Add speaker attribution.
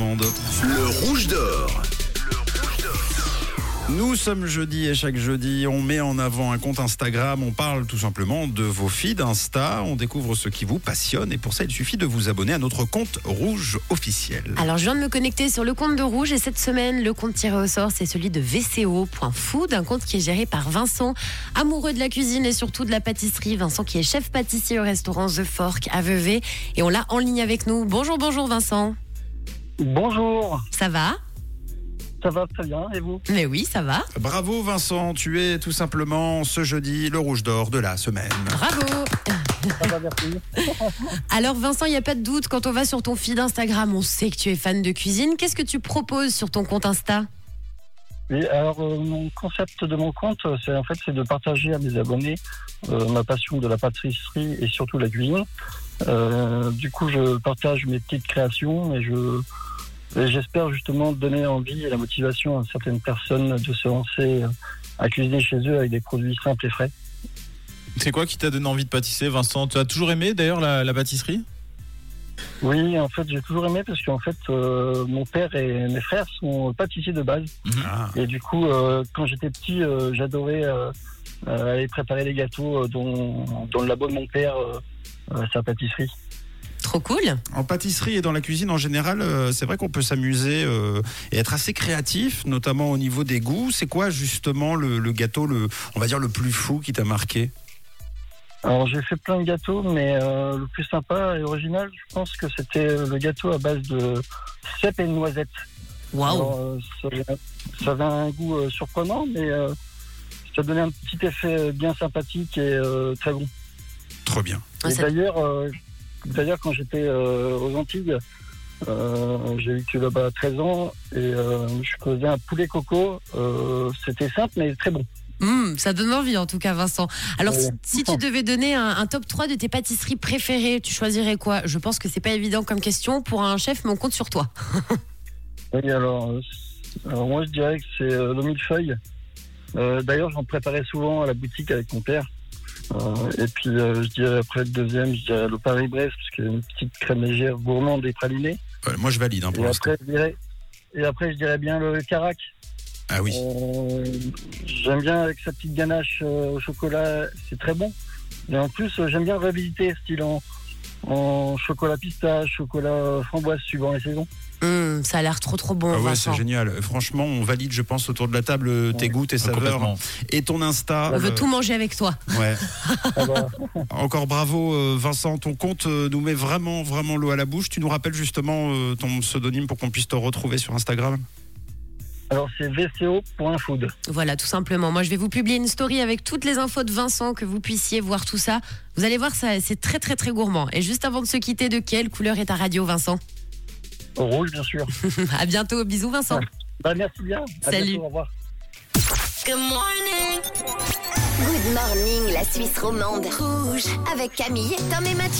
Speaker 1: monde.
Speaker 2: Le rouge d'or.
Speaker 1: Nous sommes jeudi et chaque jeudi, on met en avant un compte Instagram, on parle tout simplement de vos feeds Insta, on découvre ce qui vous passionne et pour ça, il suffit de vous abonner à notre compte Rouge officiel.
Speaker 3: Ah.
Speaker 4: Alors, je viens de me connecter sur le compte de Rouge et cette semaine, le compte tiré au sort, c'est celui de VCO.food, un compte qui est géré par Vincent, amoureux de la cuisine et surtout de la pâtisserie. Vincent qui est chef pâtissier au restaurant The Fork à Vevey et on l'a en ligne avec nous. Bonjour, bonjour Vincent.
Speaker 5: Bonjour,
Speaker 4: Ça va
Speaker 5: ça va très bien et vous
Speaker 4: Mais oui, ça va.
Speaker 1: Bravo Vincent, tu es tout simplement ce jeudi le Rouge d'or de la semaine.
Speaker 4: Bravo.
Speaker 5: Ça va, merci.
Speaker 4: Alors, Vincent, il n'y a pas de doute, quand on va sur ton feed Instagram, on sait que tu es fan de cuisine. Qu'est-ce que tu proposes sur ton compte Insta
Speaker 5: Oui, alors euh, mon concept de mon compte, euh, c'est en fait c'est de partager à mes abonnés euh, ma passion de la pâtisserie et surtout la cuisine. Euh, du coup, je partage mes petites créations et je et j'espère justement donner envie et la motivation à certaines personnes de se lancer euh, à cuisiner chez eux avec des produits simples et frais.
Speaker 3: C'est quoi qui t'a donné envie de pâtisser, Vincent Tu as toujours aimé d'ailleurs la, la pâtisserie
Speaker 5: Oui, en fait, j'ai toujours aimé parce qu'en fait, euh, mon père et mes frères sont pâtissiers de base.
Speaker 1: Ah,
Speaker 5: Et du coup, euh, quand j'étais petit, euh, j'adorais euh, euh, aller préparer les gâteaux euh, dans, dans le labo de mon père, euh, euh, sa pâtisserie.
Speaker 4: Trop cool.
Speaker 1: en pâtisserie et dans la cuisine en général, euh, c'est vrai qu'on peut s'amuser euh, et être assez créatif, notamment au niveau des goûts. C'est quoi justement le, le gâteau, le, on va dire le plus fou qui t'a marqué
Speaker 5: Alors j'ai fait plein de gâteaux, mais euh, le plus sympa et original, je pense que c'était le gâteau à base de cèpe et de noisettes.
Speaker 4: Waouh.
Speaker 5: Alors, euh, ça, avait- ça avait un goût euh, surprenant, mais euh, ça donnait un petit effet euh, bien sympathique et euh, très bon.
Speaker 1: Trop bien.
Speaker 4: Ah,
Speaker 5: Et
Speaker 4: ça-
Speaker 5: D'ailleurs, euh, d'ailleurs, quand j'étais euh, aux Antilles, euh, j'ai vécu là-bas à 13 ans et euh, je faisais un poulet coco. Euh, C'était simple mais très bon.
Speaker 4: Hum, ça donne envie en tout cas, Vincent. Alors, si,
Speaker 5: Ouais.
Speaker 4: si tu devais donner un, un top 3 de tes pâtisseries préférées, tu choisirais quoi Je pense que c'est pas évident comme question pour un chef, mais on compte sur toi.
Speaker 5: Oui, alors, euh, alors moi je dirais que c'est euh, le millefeuille. Euh, d'ailleurs, j'en préparais souvent à la boutique avec mon père. Euh, et puis euh, je dirais après le deuxième, je dirais le Paris-Brest parce qu'il y a une petite crème légère gourmande et pralinée.
Speaker 1: Ouais, moi, je valide hein, pour
Speaker 5: Et
Speaker 1: l'instant.
Speaker 5: après je dirais, et après je dirais bien le carac.
Speaker 1: Ah oui.
Speaker 5: Euh, j'aime bien avec sa petite ganache euh, au chocolat, c'est très bon. Et en plus, euh, j'aime bien réhabiliter, style en, en chocolat pistache, chocolat framboise, suivant les saisons.
Speaker 4: Hum, ça a l'air trop trop bon,
Speaker 1: Ah ouais, c'est
Speaker 4: Vincent.
Speaker 1: génial. Franchement, on valide, je pense, autour de la table euh, tes
Speaker 5: Ouais.
Speaker 1: goûts, tes saveurs
Speaker 3: Complètement.
Speaker 1: et ton Insta.
Speaker 4: On veut
Speaker 1: Euh,
Speaker 4: tout manger avec toi.
Speaker 1: ouais.
Speaker 5: Ah bah,
Speaker 1: Encore bravo, euh, Vincent. Ton compte euh, nous met vraiment, vraiment l'eau à la bouche. Tu nous rappelles justement euh, ton pseudonyme pour qu'on puisse te retrouver sur Instagram.
Speaker 5: alors, c'est vco.food.
Speaker 4: Voilà, tout simplement. Moi, je vais vous publier une story avec toutes les infos de Vincent, que vous puissiez voir tout ça. Vous allez voir, ça, c'est très très très gourmand. Et juste avant de se quitter, de quelle couleur est ta radio, Vincent
Speaker 5: Au rouge, bien sûr.
Speaker 4: À bientôt, bisous, Vincent.
Speaker 5: Bah, merci bien. À
Speaker 4: Salut.
Speaker 5: bientôt, au revoir.
Speaker 6: Good morning, la Suisse romande. Rouge. Avec Camille, Tom et Mathieu.